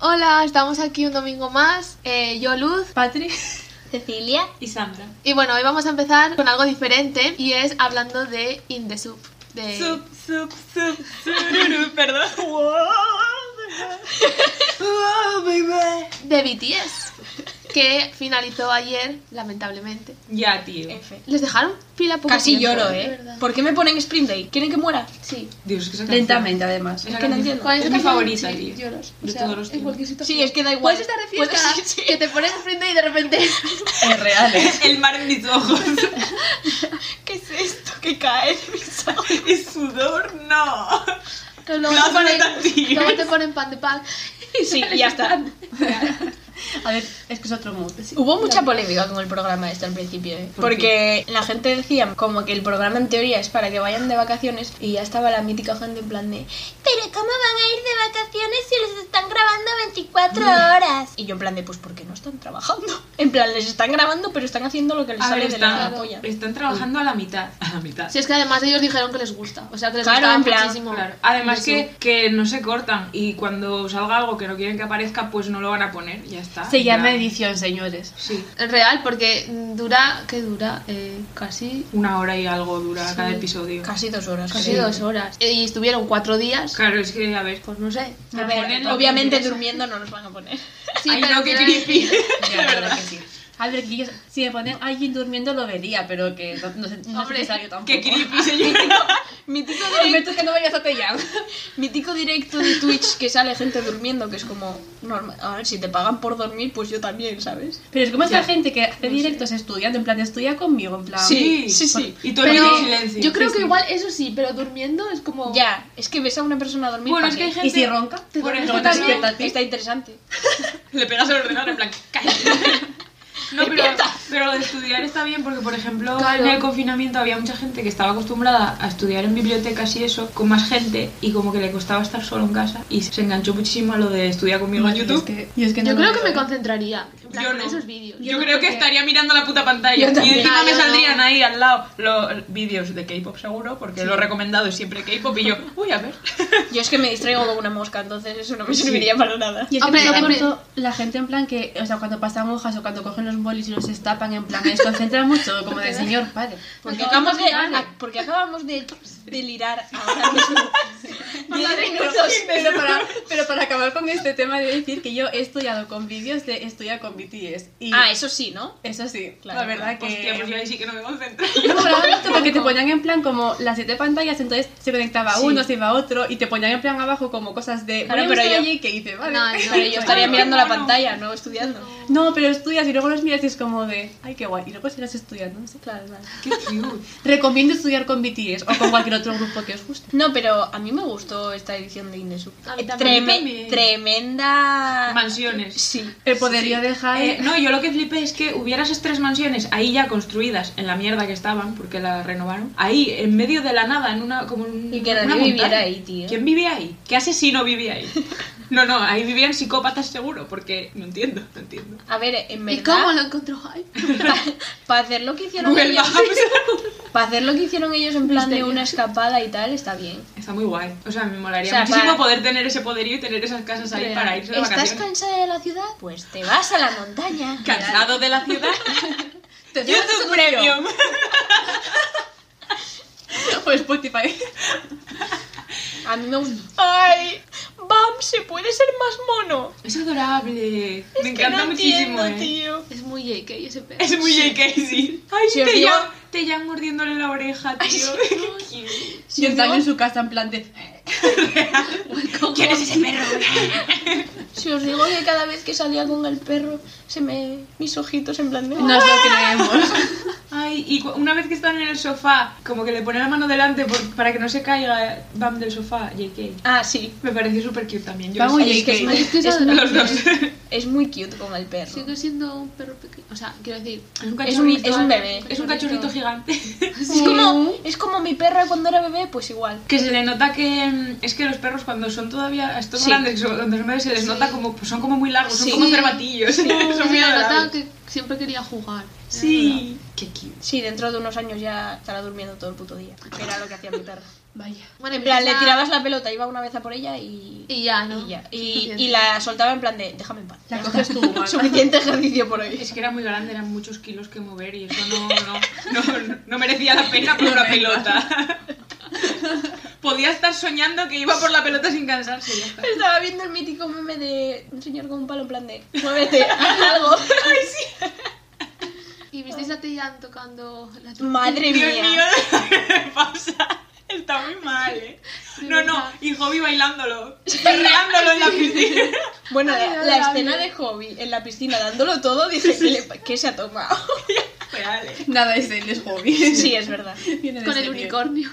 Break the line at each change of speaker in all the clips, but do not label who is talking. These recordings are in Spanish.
Hola, estamos aquí un domingo más. Eh, yo, Luz.
Patri
Cecilia.
y Sandra.
Y bueno, hoy vamos a empezar con algo diferente y es hablando de In the Soup. De...
Eh.
Sup, sup, sup, sururu, perdón. Wow, baby. Wow, baby.
de BTS, que finalizó ayer, lamentablemente.
Ya, tío.
F.
Les dejaron pila poco
Casi
tiempo,
lloro,
de
¿eh?
verdad.
¿Por qué me ponen Spring Day? ¿Quieren que muera?
Sí.
Dios, es que esa canción-
Lentamente, además.
Esa
Es que no
canción-
entiendo.
Con
Es
esa
mi
canción,
favorita,
sí,
tío.
lloros. O
De
sea,
todos los
en
tiempos.
cualquier situación.
Sí, es que da igual.
Puedes estar de
Puedes-
fiesta, que te pones frente y de repente...
Es real, ¿eh?
El mar en mis ojos.
¿Qué es esto que cae en mis ojos?
El sudor, no.
que luego,
Las
te ponen,
patatillas.
luego te ponen pan de pan.
Sí, y ya está. A ver, es que es otro mood. Hubo mucha polémica con el programa este al principio, ¿eh?
¿Por
Porque la gente decía como que el programa en teoría es para que vayan de vacaciones y ya estaba la mítica gente en plan de ¿Pero cómo van a ir de vacaciones si los están grabando 24 horas? Y yo en plan de, pues porque no están trabajando. En plan, les están grabando Ah, pero están haciendo lo que les
A ver,
sale de la
están,
polla.
están trabajando a la mitad. A la mitad.
Si es que además ellos dijeron que les gusta. O sea, que les
Claro,
gustaba
en plan,
muchísimo.
Claro. Además
In the Soup.
que, que no se cortan y cuando salga algo que no quieren que aparezca, pues no lo van a poner, ya está.
Se
Ya.
llama edición, señores.
Sí,
Es real, porque dura... ¿Qué dura? Eh, casi...
una hora y algo dura cada episodio.
Casi dos horas.
Casi
creo.
dos horas. Eh, Y estuvieron cuatro días.
Claro, es que, a ver,
Pues no sé.
A
Nos ponen
ver,
lo que
obviamente
interesa.
durmiendo no nos van a poner.
Sí,
Ay,
pero
no, qué
quiero decir-
creepy.
Ya, la verdad que sí. A ver, que yo- si me ponen alguien durmiendo lo vería, pero que no, no, es- no es
Hombre,
necesario tampoco.
Qué creepy, señor.
Mítico
Momento que no vayas a tellar.
Mítico directo de Twitch que sale gente durmiendo, que es como normal. A ver, si te pagan por dormir, pues yo también, ¿sabes?
Pero es como esta
Ya.
gente que hace directos estudiando, en plan, estudia conmigo, en plan...
Sí,
Sí, sí.
Y todo el
Pero
mundo en silencio.
yo creo
Sí,
que
sí.
igual eso sí, pero durmiendo es como...
Ya, es que ves a una persona dormir.
Bueno,
¿pa'
es que
qué?
hay gente.
¿Y si ronca?
Te
Por
duermes
ejemplo,
con
Está
la
bien,
mente.
está interesante.
Le pegas al ordenador en plan, cállate. No, pero, pero lo de estudiar está bien porque, por ejemplo,
Claro.
en el confinamiento había mucha gente que estaba acostumbrada a estudiar en bibliotecas y eso, con más gente, y como que le costaba estar solo en casa y se enganchó muchísimo a lo de estudiar conmigo en YouTube.
Yo creo que me concentraría en plan,
Yo
con
no.
esos vídeos.
Yo creo que estaría mirando la puta pantalla.
Yo
Y
también.
encima
Ah,
me
yo
saldrían
no.
ahí al lado los vídeos de K-pop seguro, porque lo recomendado es siempre K-pop y yo, uy, a ver.
Yo es que me distraigo con una mosca, entonces eso no me serviría para nada.
Y es
Hombre,
que me
hombre.
tanto la gente en plan que, o sea, cuando pasan hojas o cuando cogen los bolis y los estapan, en plan, les concentran mucho, como de señor padre.
Porque
Me
acabamos de,
acabo de liar.
ah, porque acabamos de delirar ahora mismo. Diez minutos.
Pero para, pero para acabar con este tema, he de decir que yo he estudiado con vídeos de estudia con BTS. Y
Ah, eso sí, ¿no?
eso sí,
Claro.
la verdad que.
Hostia, pues yo ahí sí que no me concentro.
No, pero era como que te ponían en plan como las siete pantallas, entonces se conectaba
Sí.
uno, se iba otro, y te ponían en plan abajo como cosas de.
Claro,
voy a
pero
buscar
yo-
allí que hice, ¿vale? Pues
No, no,
Pero yo estaría
Ay, qué
mirando la
mono.
pantalla, no estudiando.
No, pero estudias y luego los miras y es como de. Ay, qué guay. Y luego serás estudiando. No sé.
Claro, claro.
Qué cute.
Recomiendo estudiar con BTS o con cualquier otro grupo que os guste.
No, pero a mí me gustó esta edición de Indesu. Eh,
A mí también,
Treme
también.
tremenda.
Mansiones.
Sí.
El poderío de Hyde.
Eh, no, yo lo que flipé es que hubiera esas tres mansiones ahí ya construidas en la mierda que estaban, porque la renovaron, ahí en medio de la nada, en una como un-
Y que
una
nadie
montaña.
viviera ahí, tío.
¿Quién vivía ahí? ¿Qué asesino vivía ahí? No, no, ahí vivían psicópatas seguro, porque no entiendo, no entiendo.
A ver, en
¿Y
verdad.
cómo lo encontró Hype?
Para hacer lo que hicieron
Google
ellos.
Maps.
Para hacer lo que hicieron ellos en plan de
Misterio.
una escapada y tal, está bien.
Está muy guay. O sea, me molaría
O sea,
muchísimo
para-
poder tener ese poderío y tener esas casas ahí
Real.
para irse de
¿Estás
vacaciones.
cansada de la ciudad? Pues te vas a la montaña.
Cansado de la ciudad.
Te llevas
YouTube
un premio.
Premium.
O Spotify.
A mí me gusta. ¡Ay! ¡Bam! ¿Se puede ser más mono?
Es adorable. me
que
encanta
no
muchísimo.
entiendo,
eh.
tío.
Es muy JK ese perro.
Es muy JK, sí. Ay,
Si os
te,
digo-
ya, te ya mordiéndole la oreja, tío.
Si os,
Sentado
digo,
en su casa en plan de.
¿Quién es ese perro?
si os digo que cada vez que salía con el perro, se me. mis ojitos en plan de.
Nos lo creemos.
Ay, y cu- una vez que están en el sofá, como que le pone la mano delante por- para que no se caiga Bam del sofá, JK.
Ah, sí.
Me pareció súper cute también. Yo
Bam
no sé.
y
Es que es
JK.
muy-
Es que es
es muy-
los dos.
es muy cute con el perro.
Sigue siendo un perro pequeño. O sea, quiero decir...
Es un
Es un- es un bebé.
Es un cachorrito gigante.
Es como, es como mi perra cuando era bebé, pues igual.
Que se le nota que. mm, Es que los perros, cuando son todavía. Estos
Sí.
grandes, que son- cuando son bebés, se les nota como. pues son como muy largos,
Sí.
son como cervatillos.
Se
son muy
nota
adorables.
que siempre quería jugar.
Sí. Qué cute.
Sí, dentro de unos años ya estará durmiendo todo el puto día. Que era lo que hacía mi perra.
Vaya.
Bueno,
En plan, le
empieza-
tirabas la pelota, iba una vez a por ella y.
Y ya, ¿no?
y ya. Y, y la soltaba en plan de, déjame en paz.
La
Ya
coges
está.
tú, Ana.
Suficiente ejercicio por hoy.
Es que era muy grande, eran muchos kilos que mover y eso no, no, no, no merecía la pena por una pelota. Podía estar soñando que iba por la pelota sin cansarse y ya está.
Estaba viendo el mítico meme de un señor con un palo en plan de, muévete, haz algo.
Y visteis a Tellán tocando la
Madre
Dios
mía.
mío, ¿qué pasa? Está muy mal, ¿eh? No, no, y Hobby bailándolo. Bailándolo en la piscina.
Bueno,
Ay,
la,
no,
la
la
escena
vi.
de Hobby en la piscina dándolo todo, dije, ¿qué, le- qué se ha tomado?
Real, ¿eh?
Nada es él, es hobby.
sí, es verdad.
Viene de
Con el
serie.
unicornio.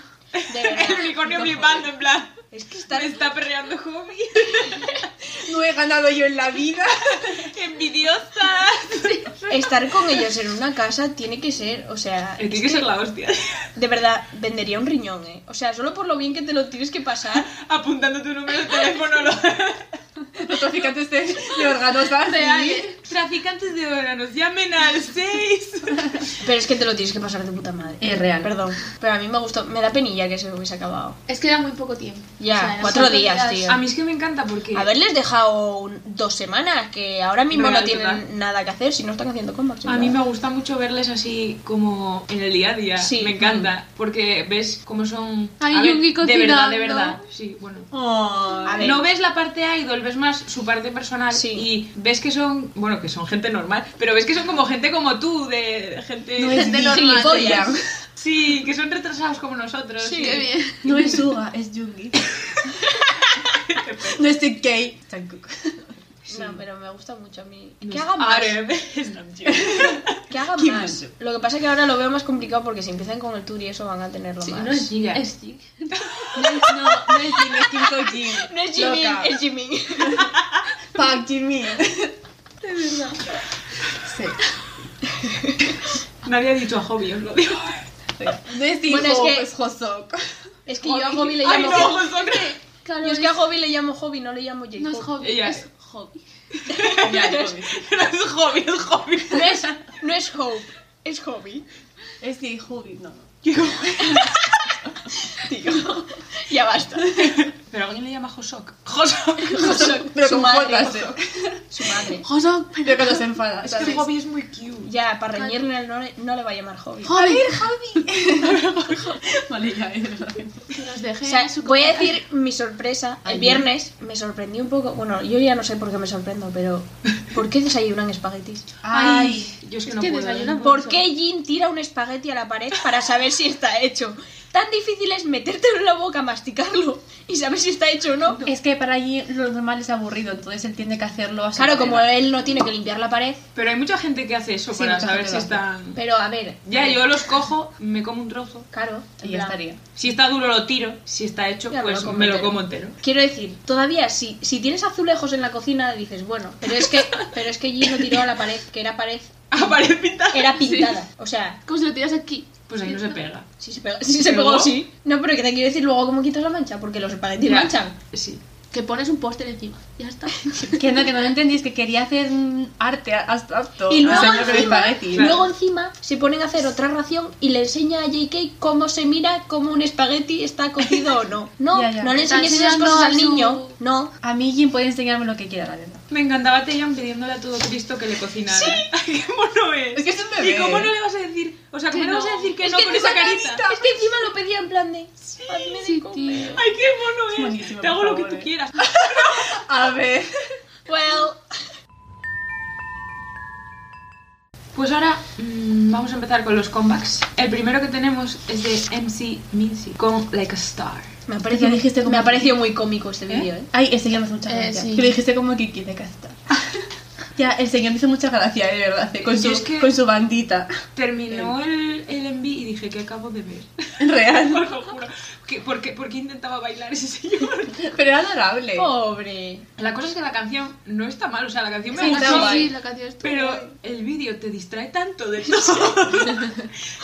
De
El
verdad.
unicornio flipando, en plan.
Es que está...
Me está perreando Hobby.
No he ganado yo en la vida.
Envidiosa.
Estar con ellos en una casa tiene que ser, o sea,
Tiene que ser la hostia.
de verdad, vendería un riñón, ¿eh? O sea, solo por lo bien que te lo tienes que pasar.
Apuntando tu número de teléfono. lo-
Los traficantes de, este de órganos ¿sabes?
Real, ¿eh?
Traficantes de órganos, llamen al 6.
Pero es que te lo tienes que pasar de puta madre.
Es real.
Perdón, pero a mí me gustó, me da penilla que se hubiese acabado.
Es que era muy poco tiempo.
Ya,
eran
cuatro
cuatro
días, tío.
A mí es que me encanta porque.
Haberles dejado un- dos semanas, que ahora mismo no
Real,
tienen
total.
nada que hacer si no están haciendo combats.
A mí me gusta mucho verles así como en el día a día.
Sí. Mm.
Me encanta. Porque ves cómo son.
Ahí
a ver,
Yungi
De verdad,
cocinando.
de verdad. Sí, bueno.
A ver,
No ves la parte idol, ves más su parte personal
Sí.
y ves que son, bueno, que son gente normal, pero ves que son como gente como tú, de gente...
No es
Gente
Yugi,
normal.
gilipollas.
Sí, que son retrasados como nosotros.
Sí.
Qué bien.
No es Suga, es Jungi. no es TK. Jungkook.
no, pero me gusta mucho a mí.
No
Que
es
hagan más.
harem, es namjoon.
Que hagan
Kim
más.
Min-soo.
Lo que pasa es que ahora lo veo más complicado porque si empiezan con el tour y eso van a tenerlo más.
no es Giga.
Es Jig.
No, es- no, no es Jin, es Kim Ko Jin.
No es Jimin,
Loca.
es Jimin.
Park Jin Min. Sí.
Nadie ha dicho a Hobby, os lo digo.
No es Jin
Bueno, es
Hope,
que-
es Hoseok.
Es que yo a Hobby le
Ay,
llamo
no,
Hobby.
vosotros.
Claro,
Yo es que a Hobby le llamo Hobby, no le llamo J.
no es hobby,
Ella-
es hobby.
Ya, es Hobby.
No es Hobby, es Hobby.
No es, no es Hope, es Hobby.
Es Jin Hobby, no.
Tío, ya basta.
Pero alguien le llama Hosok. Hosok.
Pero
Su
con
madre.
jotas, eh.
Su madre.
Josok, pero...
Pero cuando se enfada.
Es que
¿sabes?
Hobby es muy cute.
Ya, para reñirle no le, no le va a llamar Hobby.
Hobby.
Vale, ya, es verdad.
Que nos deje
O sea,
su
voy a
comentario.
decir mi sorpresa. El
Ay,
viernes me sorprendí un poco. Bueno, yo ya no sé por qué me sorprendo, pero ¿por qué desayunan espaguetis?
Ay.
yo es que
Es
no
que
puedo.
desayunan
¿Por qué Jin tira un espagueti a la pared para saber si está hecho? Tan difícil es metértelo en la boca, masticarlo y saber si está hecho o no.
Es que para Jin lo normal es aburrido, entonces él tiene que hacerlo así.
Claro, como él no tiene que limpiar la pared,
¿eh? Pero hay mucha gente que hace eso
Sí,
para
mucha
saber
gente
si
lo hace.
están...
pero a ver.
Ya, yo los cojo, me como un trozo.
Claro.
Y
en
ya
plan.
estaría.
Si está duro lo tiro, si está hecho,
Ya me
pues
lo como
me lo
entero.
como entero.
Quiero decir, todavía si, si tienes azulejos en la cocina dices, bueno, pero es que pero es que Jin lo tiró a la pared, que era pared,
Aparece pintada.
era pintada. O sea,
Como si lo tiras aquí.
Pues ahí no se pega.
si se pegó, si se
¿Luego?
pegó sí. No, pero que te quiero decir luego cómo quitas la mancha, porque los espaguetis
Ya.
manchan.
Sí.
Que pones un póster encima. Ya está.
Que no, que no lo entendí, es que quería hacer un arte abstracto.
Y luego,
Hacerlo con
encima,
espagueti.
claro.
luego encima se ponen a hacer otra ración y le enseña a JK cómo se mira cómo un espagueti está cocido o no. No,
Ya, ya.
no le
Está
enseñes esas
enseñando
cosas
a
al
su-
niño. No.
A mí Jin puede enseñarme lo que quiera, la verdad.
Me encantaba Teyan pidiéndole a todo Cristo que le cocinara. ¡Sí! ¡Qué mono es!
Es que es un bebé.
¿Y cómo no le vas a decir? O sea, ¿cómo
Que
le vas a
no.
decir que
es
no
que
con
encima-
esa carita?
Es que encima lo pedía en plan de... "Hazme de
Sí,
comer".
tío.
¡Ay, qué
Es
mono es!
buenísimo,
Te hago
por
lo que
favor,
tú
eh.
quieras.
A ver.
Well,
Pues ahora mm, vamos a empezar con los comebacks. El primero que tenemos es de MC Minzy con Like a Star.
Me ha parecido,
Ya dijiste como-
me ha parecido muy cómico este vídeo, ¿eh?
Ay, el señor me hizo mucha
Eh,
gracia.
sí.
Que lo dijiste como Kiki de Casta. ya, el señor me hizo mucha gracia, de verdad. eh, Con
Yo
su,
es que-
con su bandita.
Terminó el, el MV y dije, ¿qué acabo de ver?
Real.
Os lo juro. ¿Qué- por, qué, ¿Por qué intentaba bailar ese señor?
Pero era adorable.
Oh. Pobre.
La cosa es que la canción no está mal, o sea, la canción me
Sí,
gusta.
está guay.
la canción es
Pero
Eh.
el vídeo te distrae tanto de todo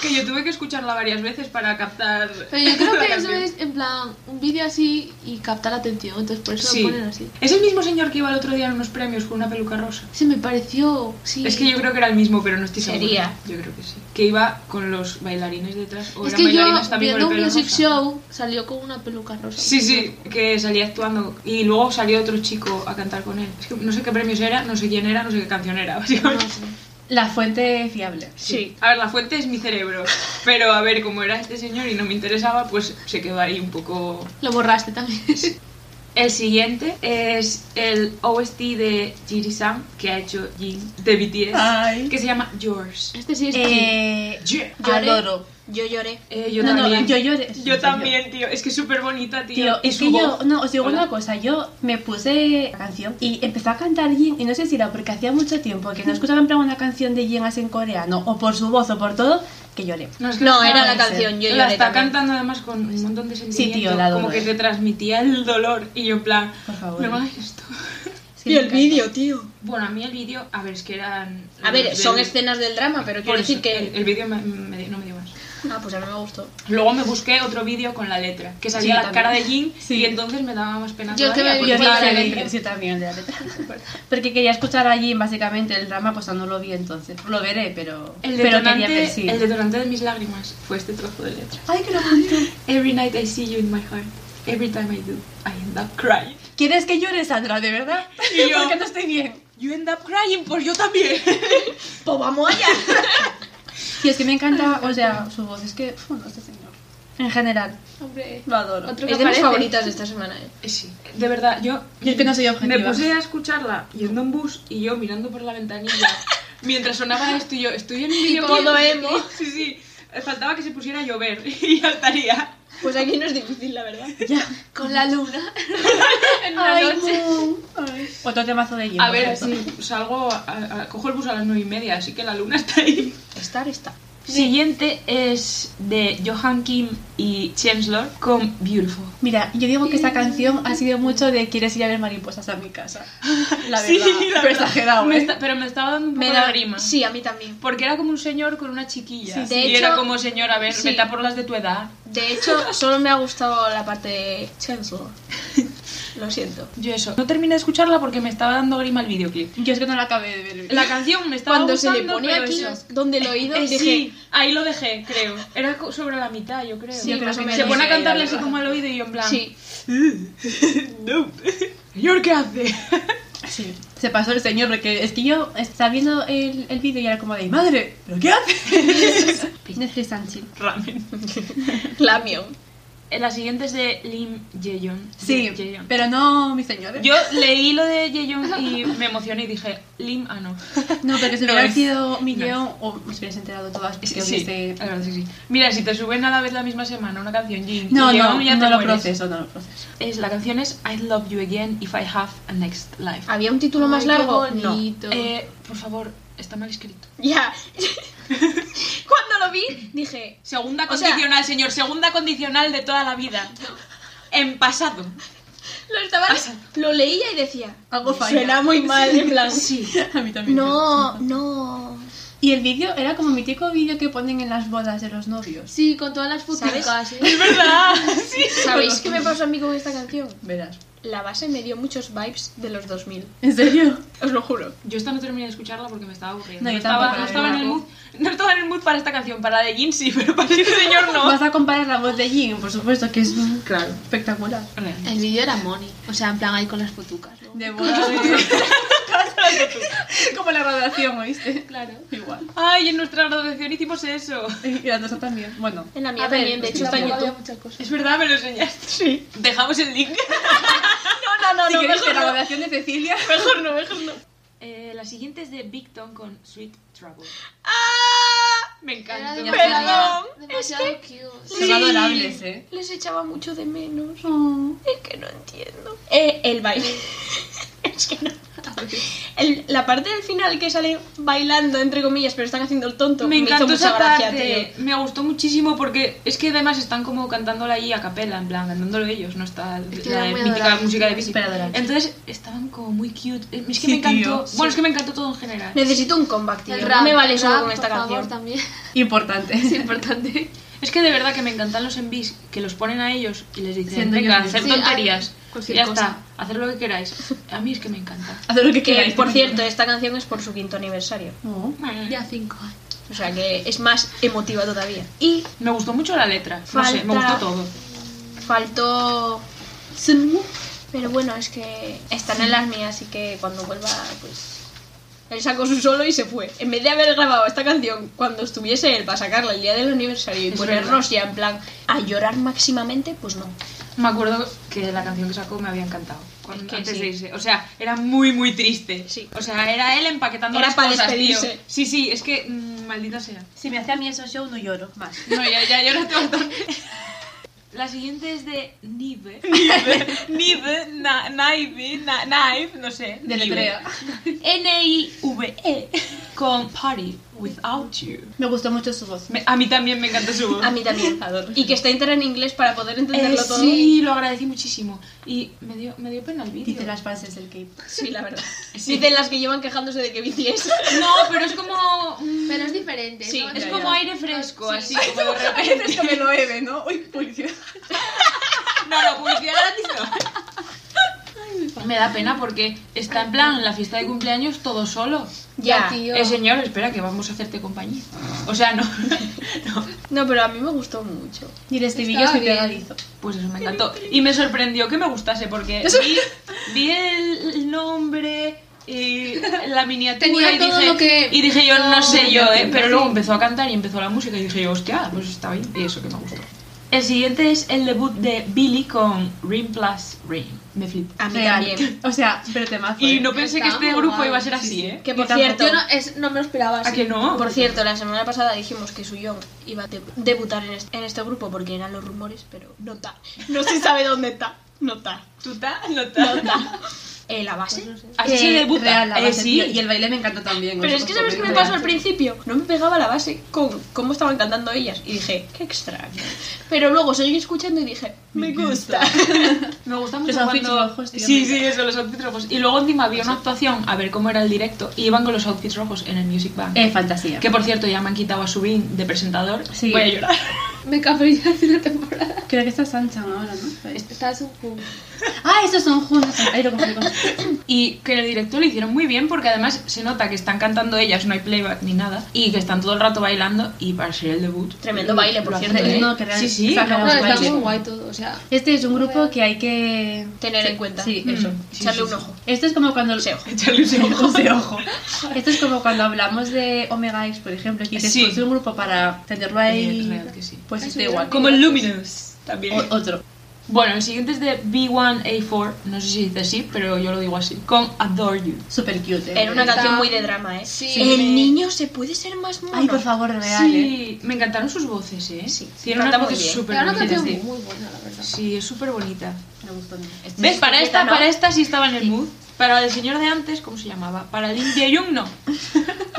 que yo tuve que escucharla varias veces para captar.
Pero yo creo
la
que eso
canción.
es, en plan, un vídeo así y captar la atención. Entonces por eso
Sí.
lo ponen así.
Es el mismo señor que iba el otro día en unos premios con una peluca rosa.
Sí, me pareció. Sí.
Es que yo creo que era el mismo, pero no estoy segura.
Sería.
Yo creo que sí. Que iba con los bailarines detrás o
Es
eran
que yo,
bailarines también con
viendo
el
un
pelo
music
rosa.
show, salió con una peluca rosa.
Sí, sí, que salía actuando. Y luego salió otro chico a cantar con él. Es que no sé qué premios era, no sé quién era, no sé qué canción era,
No
básicamente.
sé.
La fuente fiable.
Sí.
A ver, la fuente es mi cerebro. Pero a ver, como era este señor y no me interesaba, pues se quedó ahí un poco.
Lo borraste también.
El siguiente es el OST de Jiri-san que ha hecho Jin de BTS,
Ay.
que se llama Yours.
Este sí es
Eh,
Yeah.
Lloré.
adoro.
Yo lloré.
Eh, yo
No, no,
también.
yo lloré.
Yo también, tío. Es que es súper bonita, tío.
Tío,
Y
es
su
que yo,
voz.
no, os digo
Hola.
una cosa, yo me puse la canción y empezó a cantar Jin y no sé si era porque hacía mucho tiempo que no escuchaba en plan una canción de Jin así en coreano o por su voz o por todo, que lloré.
es que
No,
está-
era la
puede ser.
canción. Yo
la
lloré
está
también.
cantando además con un montón de sentimiento.
tío, la
Como
adoro,
que
eh.
te transmitía el dolor. Y yo en plan,
Por favor.
no me hagas esto.
Es que me encanta.
tío.
Bueno, a mí el vídeo, a ver, es que eran...
A ver,
del-
son escenas del Pues, eh, drama, pero
por
quiero decir
eso, El,
que.
el vídeo me- me- no me dio más.
Ah, pues a mí me gustó.
Luego me busqué otro vídeo con la letra, que salía
Sí,
la
también.
cara de Jin
Sí.
y entonces me daba más pena
Yo es que
todavía,
me
porque
Yo
vi
estaba
la
la
también,
letra.
sí, también, de la letra. Porque quería escuchar a Jin básicamente el drama, pues no lo vi entonces. Lo veré, pero.
El
pero quería
detonante,
ver, sí.
el detonante de mis lágrimas fue este trozo de letra.
Ay, qué bonito.
Every night I see you in my heart. Every time I do, I end up crying.
¿Quieres que llore, Sandra, de verdad?
Y yo-
Porque no estoy bien.
You end up crying, pues yo también.
Pues vamos allá.
Y es que me encanta, o sea, su voz es que. uf, no, este señor. En general,
Hombre.
lo adoro.
Otro que
es de mis
aparece.
favoritas de esta semana, eh.
Sí, de verdad, yo...
Yo es que no soy
Me
objetiva.
puse a escucharla yendo en bus y yo mirando por la ventanilla mientras sonaba esto y yo estoy en un vídeo
todo
que-
emo.
Sí, sí. Faltaba que se pusiera a llover y ya estaría.
Pues aquí no es difícil, la verdad.
Ya.
Con la luna. en una
Ay,
noche.
no. Ay. Otro temazo de Jim.
A
por
ver,
cierto.
sí, salgo, a- a- cojo el bus a las nueve y media, así que la luna está ahí.
Estar está.
Siguiente es de Johan Kim y Chancellor con Beautiful.
Mira, yo digo que esta canción ha sido mucho de quieres ir a ver mariposas a mi casa. La verdad,
Sí, la
pero
verdad.
exagerado,
Me
¿eh?
esta- pero me estaba dando un poco
Me
de
da
grima.
Sí, a mí también.
Porque era como un señor con una chiquilla.
Sí,
sí.
Y
De
era
hecho-
como, señor, a ver,
sí.
vete a por las de tu edad.
De hecho, solo me ha gustado la parte de Chancellor. Lo siento.
Yo eso. No terminé de escucharla porque me estaba dando grima el videoclip.
Yo es que no la acabé de ver.
La canción me estaba
Cuando se
gustando,
le pone
pero
aquí,
eso-
donde el oído,
Eh,
dije,
sí, ahí lo dejé, creo. Era co- sobre la mitad, yo creo.
Sí, yo creo que me
se pone a
dejé,
cantarle
la
así
verdad.
como al oído y yo en plan...
sí.
no. Señor, ¿qué hace?
Sí. Se pasó el señor porque es que yo estaba viendo el, el vídeo y era como de madre, ¿pero qué haces? Netflix and chill.
Ramen.
Clamio.
Eh, La siguiente es de Lim Yeon.
Sí,
Yeon.
pero no mi señor.
Yo leí lo de Yeon y me emocioné y dije, Lim, ah no.
No, porque si
No
hubiera
es-
sido mi
no
guión, o me hubierais enterado todas.
Es que
porque
sí,
hubiese-
la verdad es que sí. Mira, si te suben a la vez la misma semana una canción Jin y
No, no,
Yeon, ya
no
te
lo
mueres.
proceso, no lo proceso.
Es, la canción es I Love You Again If I Have a Next Life.
¿Había un título más largo?
Ay, qué
No.
bonito.
Eh, por favor, está mal escrito.
Ya. Cuando lo vi, dije,
Segunda
O sea-
condicional, señor, segunda condicional de toda la vida. En pasado.
lo estaba.
Pasa.
Lo leía y decía,
Algo falla.
Suena muy mal, en plan.
Sí.
A mí también.
No, no.
Y el vídeo era como mi típico vídeo que ponen en las bodas de los novios.
Sí, con todas las futucas. ¿eh?
¿Verdad? Sí.
¿Sabéis qué me pasó a mí con esta canción?
Verás.
La base me dio muchos vibes de los 2000.
¿En serio?
Os lo juro.
Yo esta no terminé de escucharla porque me estaba aburriendo.
No, yo
estaba,
tampoco,
no
la
estaba en el
verdad.
mood. No estaba en el mood para esta canción, para la de Jin sí, pero para este señor no.
Vas a comparar la voz de Jin, por supuesto, que es mm,
Claro.
espectacular.
El vídeo era Moni. O sea, en plan ahí con las futucas. ¿no?
De boda. como la graduación, ¿oíste?
Claro.
Igual.
Ay, en nuestra graduación hicimos eso.
Y la nuestra también. Bueno.
En la
A
mía
ver,
también, de
es
hecho
que
está en
tampoco había
YouTube.
muchas cosas.
Es verdad, me lo enseñaste.
Sí.
Dejamos el link.
No, Ah, no,
Si
no,
queréis que
mejor no.
la graduación de Cecilia.
Mejor no, mejor no.
Eh, la siguiente es de Big Tom con Sweet Trouble.
¡Ah!
Me
Era
encanta.
demasiado,
Perdón,
demasiado cute.
Son adorables, ¿eh?
Les echaba mucho de menos.
Oh.
Es que no entiendo. Eh, el baile. es que no. El- la parte del final que sale bailando, entre comillas, pero están haciendo el tonto.
Me
hizo
encantó
mucha
esa
gracia,
parte. Me gustó muchísimo porque es que además están como cantándola ahí a capela, en plan, cantándolo ellos, no está
que
la
era muy
mítica
adorable.
música de bici.
Súper adorable.
Entonces estaban como muy cute. Eh, Es que
Sí,
me encantó.
tío, sí.
Bueno, es que me encantó todo en general.
tío. Necesito un comeback, tío.
El
no
rap,
me vale
el
solo
rap,
con esta
por favor,
canción.
también.
Importante.
Es importante.
Es que de verdad que me encantan los envis que los ponen a ellos y les dicen,
Siendo
venga,
ellos
hacer
mismos". Sí,
tonterías.
haz
Y
cualquier
ya
cosa.
está, hacer lo que queráis. A mí es que me encanta.
Hacer lo que
Que,
queráis.
por cierto, esta canción es por su quinto aniversario.
Oh.
Ya cinco años.
O sea que es más emotiva todavía. Y
Me gustó mucho la letra. No sé, me
Falta-
gustó todo.
Faltó Pero bueno, es que están en las mías, así que cuando vuelva, pues. Él sacó su solo y se fue. En vez de haber grabado esta canción cuando estuviese él para sacarla el día del aniversario y
Es
ponernos ya en plan a llorar máximamente, pues no.
Me acuerdo que la canción que sacó me había encantado. cuando-
Es que
antes
sí.
de irse. O sea, era muy, muy triste.
Sí.
O sea, era él empaquetando
Era
las
para
cosas, tío.
despedirse.
Sí, sí, es que mm, maldita sea.
Si me hace a mí eso show, no lloro más.
No, ya, ya, ya no te bastante. La siguiente es de Nive. Nive, na, Naive, na, Naive, no sé.
Deletrea.
N-I-V-E. E, Con Party Without You.
Me gustó mucho su voz.
Me- a mí también me encanta su voz.
A mí también. Y que está entera en inglés para poder
Eh,
entenderlo todo.
sí, lo agradecí muchísimo. Y me dio, me dio pena el vídeo.
Dice las frases del Cape.
Sí, la verdad.
Sí.
Dicen las que llevan quejándose de que bici es.
No, pero es como... mm,
Pero es diferente.
Sí,
¿no?
Es
Ya,
como
ya.
aire fresco,
Sí.
así como de repente.
Es que me lo bebe, ¿no? Uy, publicidad.
No, no, publicidad gratis no. Me da pena porque está en plan la fiesta de cumpleaños todo solo.
Ya.
tío.
Eh, señor, espera, que vamos a hacerte compañía. O sea, no. no.
No, pero a mí me gustó mucho.
Y el estribillo es
Está
muy
bien.
pegadizo.
Pues eso me encantó. Y me sorprendió que me gustase porque vi, vi el nombre y la miniatura
Tenía
y,
todo
dije,
lo que-
y dije yo, no,
No,
sé yo, ¿eh? Pero luego
sí.
empezó a cantar y empezó la música y dije yo, hostia, pues está bien. Y eso que me gustó. El siguiente es el debut de Billy con Ring Plus Ring. Me flipó.
A mí
Real.
también.
O sea, pero temazo.
Y
¿eh?
no pensé que
Ah, pues Está
este
muy
grupo
guay,
iba a ser así,
sí.
¿eh?
Que
Yo
por
tampoco.
cierto,
Yo no, es- no me lo esperaba.
¿A
sí.
que no?
por cierto, la semana pasada dijimos que Suyong iba a de- debutar en este, en este grupo porque eran los rumores, pero no está. No se sabe dónde está. No está.
¿Tuta? No
No
ta.
está. Eh, la
Pues
base.
Así se
Eh,
debuta.
real, la
Eh,
base,
sí.
tío. Y el baile me encantó también.
Pero
os-
es que
os
sabes qué
lo
me
digo,
pasó
real.
al principio. No me pegaba la base con cómo estaban cantando ellas. Y dije, qué extraño. Pero luego seguí escuchando y dije, me gusta.
Me gusta mucho
Los outfits
cuando...
rojos, tío,
sí,
me
sí, eso, los outfits rojos. Y luego encima había una actuación, a ver cómo era el directo, y iban con los outfits rojos en el Music Bank.
Eh, fantasía.
Que por cierto, ya me han quitado a Subin de presentador.
Sí.
Voy a llorar.
Me cabré ya hace una temporada.
Creo que está Sanchan ahora,
Este.
¿no? Este.
Estás un poco.
Ah, estos son juntos. Ahí lo confundí con...
Y que en el directo lo hicieron muy bien porque además se nota que están cantando ellas, no hay playback ni nada, y que están todo el rato bailando y para ser el debut.
Tremendo baile, por
lo
cierto,
hacen,
¿eh?
No, que real-
Sí, sí.
sacan
No,
los
está
bailes.
muy guay todo. O sea,
Este es un grupo que hay que...
Tener
Sí,
en cuenta.
Sí,
Mm.
eso.
Sí,
Echarle
sí,
un
sí.
ojo.
Esto es como cuando...
Ese ojo.
Echarle un ojo.
Ojo, de ojo. Esto es como cuando hablamos de Omega X, por ejemplo, que dices,
Sí.
pues, es un grupo para tenerlo ahí.
Eh, real que sí.
Pues
Es
está
verdad.
igual.
Como el Luminous también.
O- otro.
Bueno, el siguiente es de B1A4, no sé si dice así, pero yo lo digo así, con Adore You.
Super cute. eh.
Era una
Está-
canción muy de drama, ¿eh?
Sí.
El niño se puede ser más mono.
Ay, por favor, real, eh.
sí, me encantaron sus voces, ¿eh?
Sí.
Tiene una
Canta muy
voz
bien.
súper
era una
bonita.
canción
sí.
muy buena, la verdad.
Sí, es súper bonita.
Me gustó mucho.
¿Ves? Para esta,
¿no?
para esta sí estaba en el mood. Para el señor de antes, ¿cómo se llamaba? Para Lim Jae-young, no.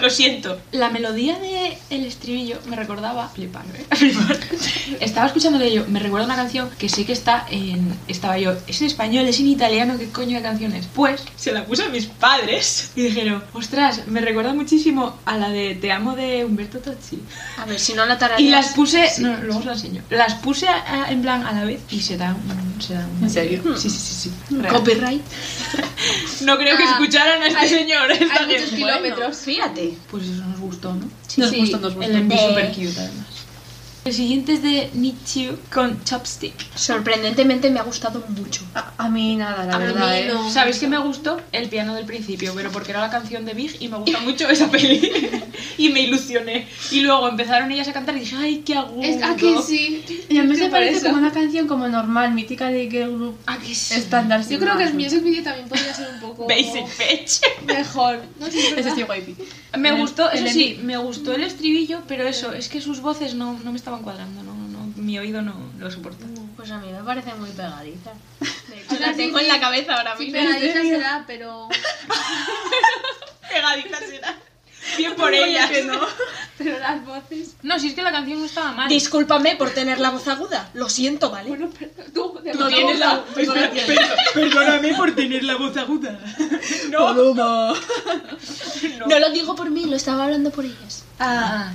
Lo siento. La melodía del el estribillo me recordaba... Flipar, ¿eh? Flipar. Estaba escuchándole yo, me recuerda una canción que sé que está en... Estaba yo, es en español, es en italiano, ¿qué coño de canciones? Pues se la puse a mis padres y dijeron, ostras, me recuerda muchísimo a la de Te amo de Humberto Tocci.
A ver, si no la tarareas.
Y las puse, no, luego os la enseño. Las puse a- a- en plan a la vez y se da un. Se da un
¿En serio?
Sí, sí, sí. sí. Real.
Copyright.
No creo que
Ah,
escucharan a este
hay-
señor. está
hay
bien.
muchos Kilómetros.
Fíjate.
Pues eso nos gustó, ¿no?
Nos
sí.
gustó, nos
El
gustó.
envío
De-
super cute, además. El siguiente es de Nichiu con Chopstick.
Sorprendentemente me ha gustado mucho.
A, a mí nada, la
A mí
verdad, eh.
no.
¿Sabéis que me gustó? El piano del principio, pero porque era la canción de Big y me gusta mucho esa peli. y me ilusioné. Y luego empezaron ellas a cantar y dije, ¡ay, qué agudo!
Es, ¿A Ah, que sí?
Y a mí se
Sí,
parece
por eso.
como una canción como normal, mítica de girl group
¿A que sí?
estándar.
Yo
sin
creo que
más,
el
¿no?
music video también podría ser un poco
Basic bitch.
mejor. No sé, es
Ese
verdad.
sí, guaypi.
Me
El-
gustó,
el
eso sí, me gustó el estribillo, pero eso, es que sus voces no, no me estaban cuadrando, no, no, mi oído no lo soporta.
Pues a mí me parece muy pegadiza. De
O
hecho,
sea,
la
sí,
tengo en
sí.
la cabeza ahora
Sí,
mismo.
pegadiza será, pero.
Pegadita será. Bien por ellas.
Pero las voces.
No, si es que la canción no estaba mal.
Ah, Discúlpame por tener la voz aguda. Lo siento, ¿vale?
Bueno, pero tú, de
Tú tienes la-
Tengo la tía.
Perdóname por tener la voz aguda. No,
Paloma.
no.
No lo digo por mí, lo estaba hablando por ellas.
Ah.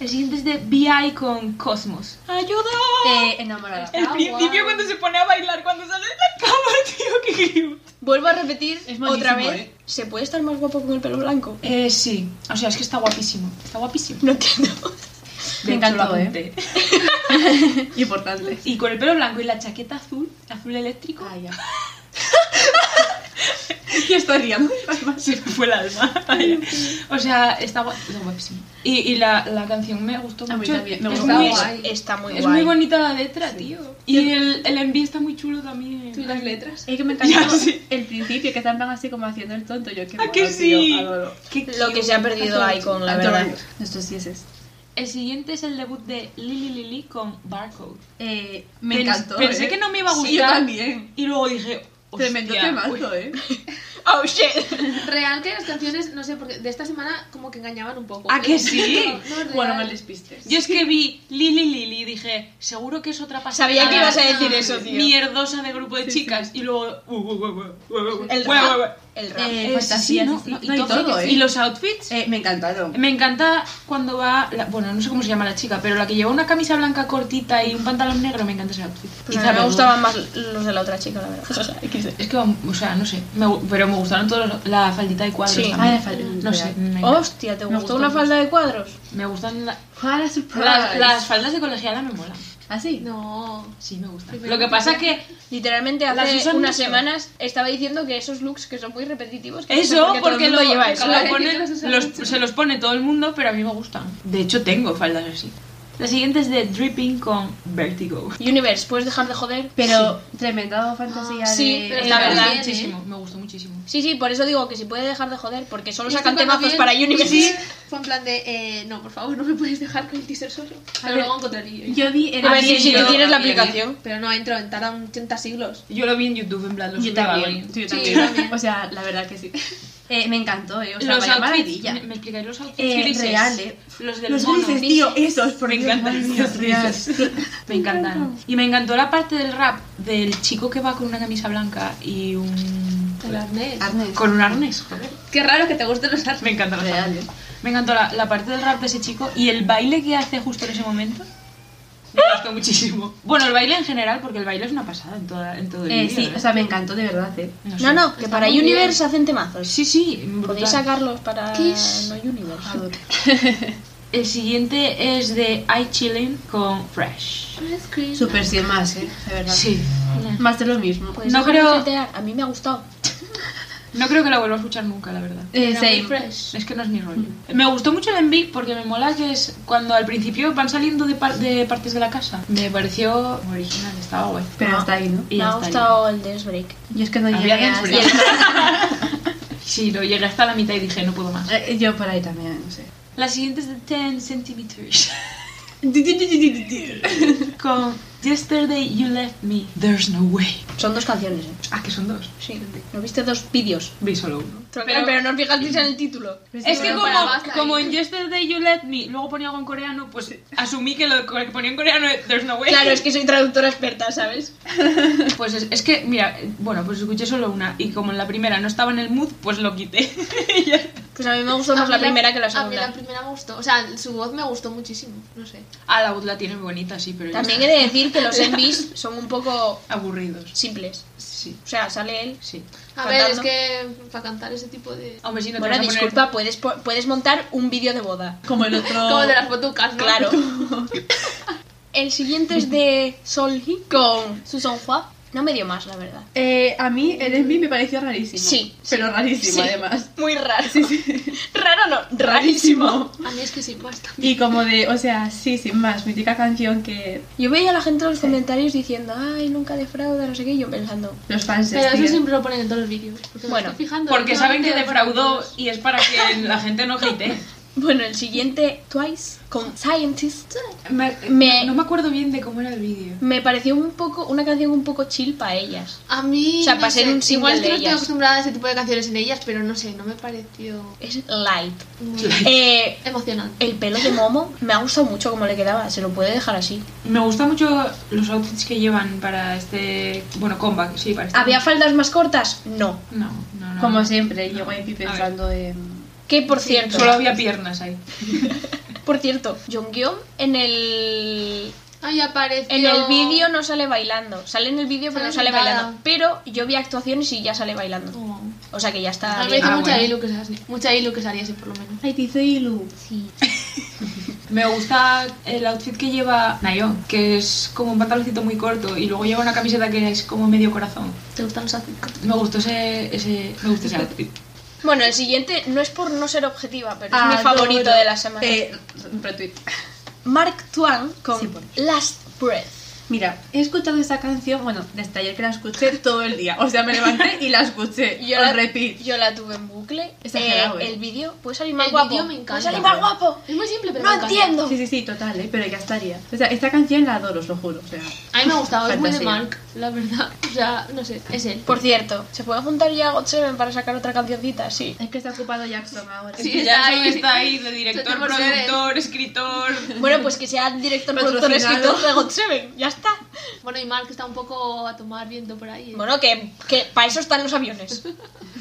el siguiente es de B.I. con Cosmos.
¡Ayuda!
Eh, enamorada.
El Ah, principio guau. cuando
se pone a bailar, cuando sale de la cama, tío, qué cute.
Vuelvo a repetir
Es malísimo,
otra vez.
¿eh?
¿Se puede estar más guapo con el pelo blanco?
Eh, sí. O sea, es que está guapísimo. Está guapísimo.
No entiendo.
De
Me
hecho, lo
encantó, ¿eh?
apunté.
Importante.
Y con el pelo blanco y la chaqueta azul, azul eléctrico,
Ah, ya. Yo estaría muy
se me fue el alma. o sea, está, gua- está guapísimo. Y, y la, la canción me gustó
A mí
mucho.
también, me
Es
gustó.
muy-
guay.
Está muy
Es
guay.
muy bonita la letra, tío. Y el, el envío está muy chulo también.
¿Tú y las letras?
Es que me encantó
Ya, sí.
el principio, que están así como haciendo el tonto. Yo, qué
¿A que
mono,
sí?
tío, adoro.
Qué
Lo que
cute.
se ha perdido ahí con la
Antonio,
verdad.
Nuestros dieces.
El siguiente es el debut de Lily Lily con Barcode.
Eh, me
Pens-
encantó.
Pensé
¿eh?
que no me iba a
Sí, yo
gustar.
también.
Y luego dije, hostia, pues
Tremendo
uy,
temazo, ¿eh?
Oh shit.
Real que las canciones, no sé, porque de esta semana como que engañaban un poco. ¿eh?
¿A que sí?
No, no, real.
Ah, Bueno, me despistes.
Yo es que vi Lili Lili y dije, seguro que es otra pasada.
Sabía que ibas a
no,
decir
no,
eso, tío.
Mierdosa de grupo de chicas. Y luego. uh, uh, uh, uh, uh, uh, uh,
El
uh, uh,
rap.
uh.
El
Eh,
rap.
Eh,
sí, sí,
fantasías,
no,
sí,
no,
no, y todo, ¿eh?
Y los outfits.
Eh, me encantaron.
Me encanta cuando va, la- bueno, no sé cómo se llama la chica, pero la que lleva una camisa blanca cortita y un pantalón negro, me encanta ese outfit.
Pues
Y
a mí me
zapatos.
gustaban más los de la otra chica, la verdad.
Es que, o sea, no sé, me gu- pero me gustaron todos los- la faldita de cuadros
Sí.
también.
la fal-
no sé, me,
Hostia, ¿te
Me
gustó
gustó
una
más.
falda de cuadros?
me gustan la-
What a surprise.
las, las faldas de colegiala me molan.
Así.
No.
Sí, me gustan.
Primero
Lo que
que
pasa
te-
que
Literalmente
La
hace
Susan
unas
Nixon.
semanas estaba diciendo que esos looks que son muy repetitivos. que no sé
Eso,
por qué todo el
porque
mundo
lo,
lleva eso.
lo
Ahora
ponen-
que tienes esa
los-
noche.
se los pone todo el mundo, pero a mí me gustan. De hecho, tengo faldas así. La siguiente es de Dripping con Vertigo.
Universe, ¿puedes dejar de joder?
Pero tremendado fantasía
Ah,
de...
sí, pero
Eh,
La
está
verdad,
bien, ¿eh?
muchísimo, me gustó muchísimo.
Sí, sí, por eso digo que si puede dejar de joder, porque solo
Y
sacan
esto cuando
temazos
vi el
para Universe.
teaser, Fue en plan de, eh, no, por favor, no me puedes dejar con el teaser solo. Pero
ver,
luego encontré el vídeo.
Yo ¿eh? vi el
Iba a decir,
vídeo-
si tú tienes la
también,
aplicación.
Pero no entro, en tardan 80 siglos.
Yo lo vi en YouTube, en plan, lo
Yo
subió
también.
alguien.
Yo
Sí,
también.
también.
O sea, la verdad que sí. Eh, me encantó, ¿eh? O sea,
Los
vaya
outfits,
maravilla.
¿me, me explicáis los outfits
Eh,
grises?
real, ¿eh?
Los del
Los
mono.
grises, tío, esos. por
Me
Dios,
encantan
madre mía,
los
real.
grises. Me encantan. Y me encantó la parte del rap del chico que va con una camisa blanca y un...
El arnés.
Arnés.
Con un arnés, joder.
Qué raro que te gusten los arneses.
Me encantan los
Real, Eh,
arneses. Me encantó la, la parte del rap de ese chico y el baile que hace justo en ese momento. Me gustó muchísimo. Bueno, el baile en general, porque el baile es una pasada en, toda, en todo el
Eh,
vídeo,
sí, o sea, me encantó de verdad, ¿eh?
sé.
No, no, que
Está
para
muy bien.
Universe hacen temazos.
Sí, sí. brutal.
Podéis sacarlos para
Kiss.
no Universe.
Adoro.
El siguiente es de I Chillin' con Fresh.
Súper sin más, ¿eh? De verdad.
Sí.
Más de lo mismo.
Podéis
No
dejar de
creo-
flirtear, A mí me ha gustado.
No creo que la vuelva a escuchar nunca, la verdad.
Eh,
Era muy
same.
fresh.
Es que no es mi rollo. Me gustó mucho el envy porque me mola que es cuando al principio van saliendo de, par- de partes de la casa. Me pareció original, estaba guay.
Pero hasta ahí, ¿no?
Y
me
ya
ha
está,
gustado el dance break.
Yo es que no llegué
Había
a...
dance ya. Sí, lo llegué hasta la mitad y dije, no puedo más.
Eh, Yo por ahí también, no sé.
La siguiente es de 10 centimeters. Con Yesterday You Left Me, There's No Way.
Son dos canciones, ¿eh?
Ah, que son dos.
Sí. ¿No viste dos vídeos?
Vi solo uno.
Pero, no os fijasteis en el título.
Es que
Bueno,
como,
para basta
como
ahí.
en Yesterday You Let Me luego ponía algo en coreano, pues asumí que lo que ponía en coreano es There's No Way.
Claro, es que soy traductora experta, ¿sabes?
Pues es, es que, mira, bueno, pues escuché solo una y como en la primera no estaba en el mood, pues lo quité. Y ya está.
Pues a mí me gustó más
A mí
la primera que la
A mí
segunda.
la primera me gustó. O sea, su voz me gustó muchísimo. No sé.
ah, la voz la tiene muy bonita, sí, pero ya
También he
está.
de decir que los envies son un poco
aburridos.
simples.
Sí,
O sea, sale él.
sí.
A
Cantando.
ver, es que para cantar ese tipo de.
Hombre, si no te
Bueno,
vas a poner-
disculpa, puedes, po- puedes montar un vídeo de boda.
Como el otro...
Como de las botucas, ¿no?
Claro. El siguiente es de Solhi con Susan Hua. No me dio más, la verdad.
Eh, a mí el envy me pareció rarísimo.
Sí.
Pero rarísimo,
Sí.
además.
Muy raro.
Sí, sí.
Raro no, rarísimo.
A mí es que sí, basta.
Y como de, o sea, sí, sin más, mítica canción que
Yo veía a la gente en los comentarios diciendo, ay, nunca defrauda, no sé qué, y yo pensando,
los fans
Pero eso
escriben.
siempre lo ponen en todos los vídeos. Porque me
Bueno,
estoy fijando,
Porque saben que
últimamente lo ponen
defraudó
todos.
y es para que la gente no hate.
Bueno, el siguiente, Twice, con Scientist,
Me-
Me-
No me acuerdo bien de cómo era el vídeo.
me pareció un poco, una canción un poco chill para ellas.
A mí.
O sea,
no
para ser
sé,
un single
Igual es que
de
no estoy
ellas.
acostumbrada a ese tipo de canciones en ellas, pero no sé, no me pareció
Es light.
muy
Eh,
emocionante.
el pelo de Momo me ha gustado mucho como le quedaba, se lo puede dejar así.
Me gustan mucho los outfits que llevan para este. Bueno, comeback, sí, para este.
¿Había faldas más cortas? No.
No, no, no.
Como siempre, yo voy aquí
A ver.
pensando en...
Que por cierto,
Solo había piernas ahí.
por cierto, Jonghyun en el
Ahí apareció.
en el vídeo no sale bailando, sale en el vídeo pero no
Sale
sale
sentada.
bailando, pero yo vi actuaciones y ya sale bailando.
Oh.
O sea que ya
A
está
mí me hizo
bien.
Ah,
mucha
bueno.
ilu que se hace- mucha ilu que salía así por lo menos.
Ay, te hizo ilu.
Sí.
Me gusta el outfit que lleva Nayon, que es como un pantaloncito muy corto y luego lleva una camiseta que es como medio corazón.
¿Te gustan los outfits?
Me gustó ese, ese, me gustó ese outfit.
Bueno, el siguiente no es por no ser objetiva, pero es
Adoro.
mi favorito de la semana.
Ah, Eh, retweet.
Mark Twain con
Sí, por favor.
Last Breath.
Mira, he escuchado esa canción, bueno, desde ayer que la escuché todo el día. O sea, me levanté y la escuché.
Yo
Os
la,
repito.
yo la tuve en bucle.
Exagerado, ¿eh?
el vídeo puede salir más
El
guapo.
vídeo me encanta.
Puede salir más guapo.
Es muy simple, pero
No
me encanta.
entiendo.
Sí, sí, sí, total, ¿eh? pero ya estaría. O sea, esta canción la adoro, os lo juro. O sea,
A mí me ha gustado, es muy de
Fantasía.
Mark, la verdad. O sea, no sé, es él.
Por cierto, ¿se puede juntar ya God Seven para sacar otra cancioncita? Sí.
es que está ocupado Jackson ahora.
Sí.
Y
está
Jackson
ahí.
está ahí de director,
Tenemos que ver.
productor, escritor.
Bueno, pues que sea director, productor,
Patrocinado.
escritor de God Seven. Ya está.
Bueno, y Mark está un poco a tomar viento por ahí. ¿eh?
Bueno, que, que para eso están los aviones.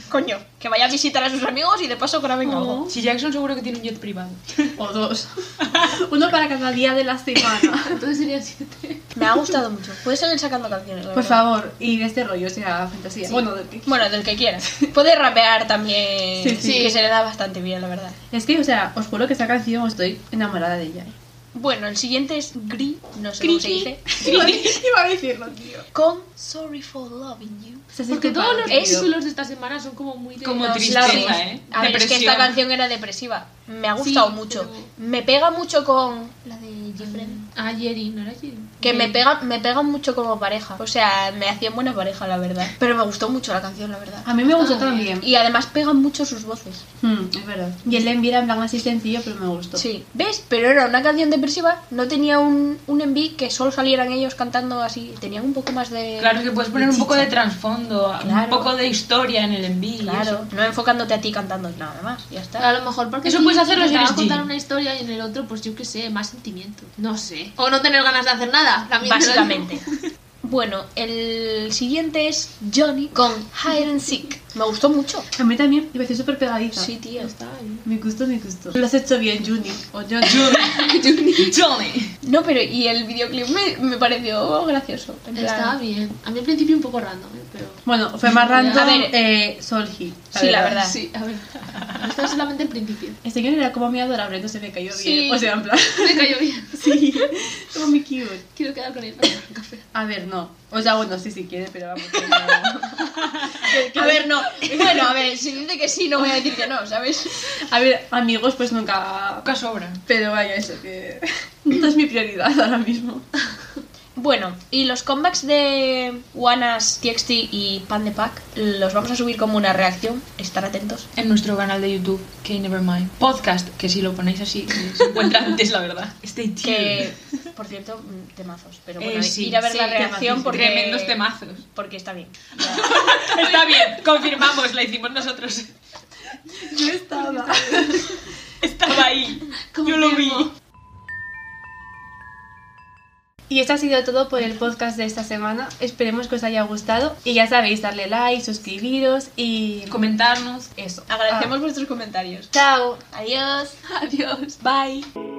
Coño, que vaya a visitar a sus amigos y de paso graben
Oh.
algo.
Si Jackson seguro que tiene un jet privado.
O dos. Uno para cada día de la semana.
Entonces serían siete.
Me ha gustado mucho. Puedes seguir sacando canciones. la
Por
verdad.
favor, y de este rollo, o sea, fantasía. Bueno, del que-
Bueno, del que quieras. Puedes rapear también.
Sí, sí.
Que se le da bastante bien, la verdad.
es que, o sea, os juro que esta canción estoy enamorada de ella. ¿eh?
Bueno, el siguiente es Gri. No sé cómo se dice.
Iba a decirlo, tío.
Con Sorry for Loving You.
O sea, sí,
Porque
es
todos los
culpable, tío.
títulos de esta semana son como muy de...
Como
No,
triste.
claro.
Tristeza, ¿eh?
A ver, es que
Depresión.
esta canción era depresiva. Me ha gustado
Sí,
mucho.
pero-
Me pega mucho con. La de Jeffrey.
Ah, Jerry, ¿no era Jerry?
Que me pega, me pega mucho como pareja. O sea, me hacían buena pareja, la verdad. Pero me gustó mucho la canción, la verdad.
A mí me gustó
Está bien.
también.
Y además pegan mucho sus voces.
Mm, es verdad. Y el Envy era en plan así sencillo, pero me gustó.
Sí. ¿Ves? Pero era una canción depresiva. No tenía un, un enví que solo salieran ellos cantando así. Tenían un poco más de.
Claro, es que puedes poner un poco de
chicha.
trasfondo, un
Claro.
poco de historia en el envío.
Claro. No enfocándote a ti cantando nada más. Ya está.
A lo mejor porque
Eso
sí,
puedes hacerlo si
intentaba
eres
contar
Jin.
una historia y en el otro, pues yo qué sé, más sentimiento. No sé. O no tener ganas de hacer nada. también te lo digo.
Básicamente. Bueno, el siguiente es Johnny con Hide and Seek. Me gustó mucho.
A mí también me pareció súper pegadiza.
Sí, tío.
Está ¿eh? bien.
Me gustó, me gustó. Lo has hecho bien, Juni. O Johnny.
Johnny.
No, pero y el videoclip me, me pareció gracioso. En plan,
Está bien. A mí al principio un poco random, ¿eh? pero...
Bueno, fue más random
A ver.
eh, Solhi.
Sí, la verdad.
Sí, a ver. Esto es solamente el principio.
El señor Este era como mi adorable, entonces me cayó
Sí.
bien. O sea, en plan.
Me cayó bien.
Sí, como mi cute.
Quiero quedar con él para tomar un café.
A ver, no. O sea, bueno, sí, sí quiere, pero vamos. que no.
A ver, no. Bueno, a ver, si dice que sí, no voy a decir que no, ¿sabes?
A ver, amigos, pues nunca.
Poca sobra.
Pero vaya, eso que. No es mi prioridad ahora mismo.
Bueno, y los comebacks de Wanas, TXT y Pan de Pack los vamos a subir como una reacción. Estar atentos.
En nuestro canal de YouTube, K-Nevermind. Podcast, que si lo ponéis así, se encuentra antes, la verdad. Stay tuned.
Que, por cierto, mm, temazos. Pero bueno,
Eh, sí,
ir a ver
sí,
la reacción
temazísimo.
porque...
Tremendos temazos.
Porque está bien. Ya.
Está bien, confirmamos, la hicimos nosotros.
Yo estaba.
Estaba ahí. Yo lo vi.
Confirmo.
Y esto ha sido todo por el podcast de esta semana. Esperemos que os haya gustado. Y ya sabéis, darle like, suscribiros y.
Comentarnos.
Eso.
Agradecemos vuestros comentarios.
Ah, Chao.
Adiós.
Adiós.
Bye.